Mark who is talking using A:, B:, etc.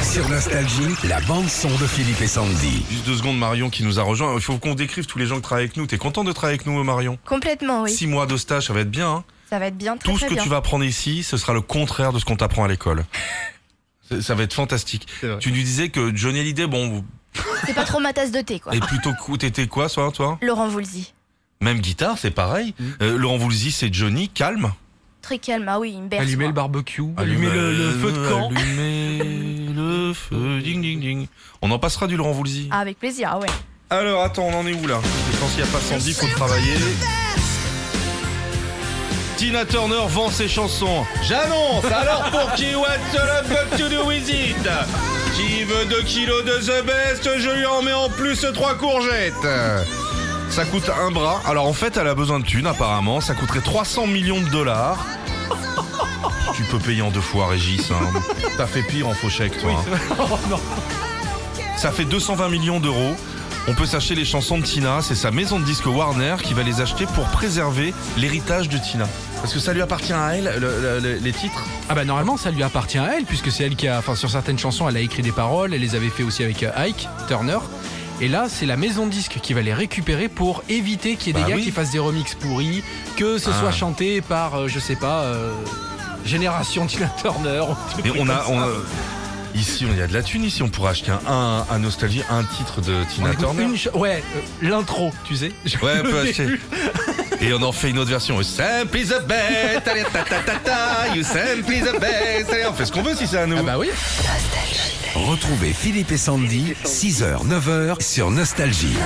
A: Sur Nostalgie, la bande-son de Philippe et Sandy.
B: Juste deux secondes, Marion qui nous a rejoint. Il faut qu'on décrive tous les gens qui travaillent avec nous. T'es content de travailler avec nous, Marion
C: Complètement, oui.
B: Six mois de stage, ça va être bien. hein
C: Ça va être bien, très
B: Tout ce
C: très
B: que
C: bien.
B: tu vas apprendre ici, ce sera le contraire de ce qu'on t'apprend à l'école. Ça- ça va être fantastique.
D: vrai.
B: Tu nous disais que Johnny Hallyday, bon,
C: C'est pas trop ma tasse de thé, quoi.
B: est plutôt cool. T'étais quoi, soir, toi
C: Laurent Voulzy.
B: Même guitare, c'est pareil.
D: Mhm.
B: Euh, Laurent Voulzy, c'est Johnny, calme.
C: Très calme, ah oui, une berce.
D: Allumer
C: quoi.
D: le barbecue, allumer le, le feu de camp.
B: Allumer le feu, ding ding ding. On en passera du Laurent Voulzy.
C: Ah, avec plaisir, ah ouais.
B: Alors, attends, on en est où là Je pense qu'il n'y a pas Sandy, faut travailler. Tina Turner vend ses chansons. J'annonce alors pour qui wants to love but to do with it Qui veut 2 kilos de the best, je lui en mets en plus 3 courgettes Ça coûte un bras. Alors en fait, elle a besoin de thunes apparemment. Ça coûterait 300 millions de dollars. tu peux payer en deux fois, Régis. hein. T'as fait pire en faux chèque, toi. hein. Ça fait 220 millions d'euros. On peut s'acheter les chansons de Tina. C'est sa maison de disque Warner qui va les acheter pour préserver l'héritage de Tina. Parce que ça lui appartient à elle, le- le- le- les titres.
D: Ah bah normalement ça lui appartient à elle puisque c'est elle qui a, enfin sur certaines chansons elle a écrit des paroles, elle les avait fait aussi avec euh, Ike Turner. Et là c'est la maison de disque qui va les récupérer pour éviter qu'il y ait
B: Bah
D: des gars
B: oui.
D: qui fassent des remixes pourris, que ce
B: Ah.
D: soit chanté par euh, je sais pas euh, Génération Tina Turner.
B: Mais on a, on a- Ici, on y a de la thune. Ici, on pourrait acheter un, un, un Nostalgie, un titre de
D: On
B: Tina
D: écoute
B: Turner.
D: une cha- ouais euh, l'intro tu sais.
B: Ouais, on peut
D: Le
B: acheter.
D: début.
B: Et on en fait une autre version. Simple is the best. allez, ta, ta, ta, ta, You simple is the best. Allez, on fait ce qu'on veut si c'est à nous.
D: Ah bah oui.
A: Retrouvez Philippe et Sandy, 6h, 9h sur Nostalgie.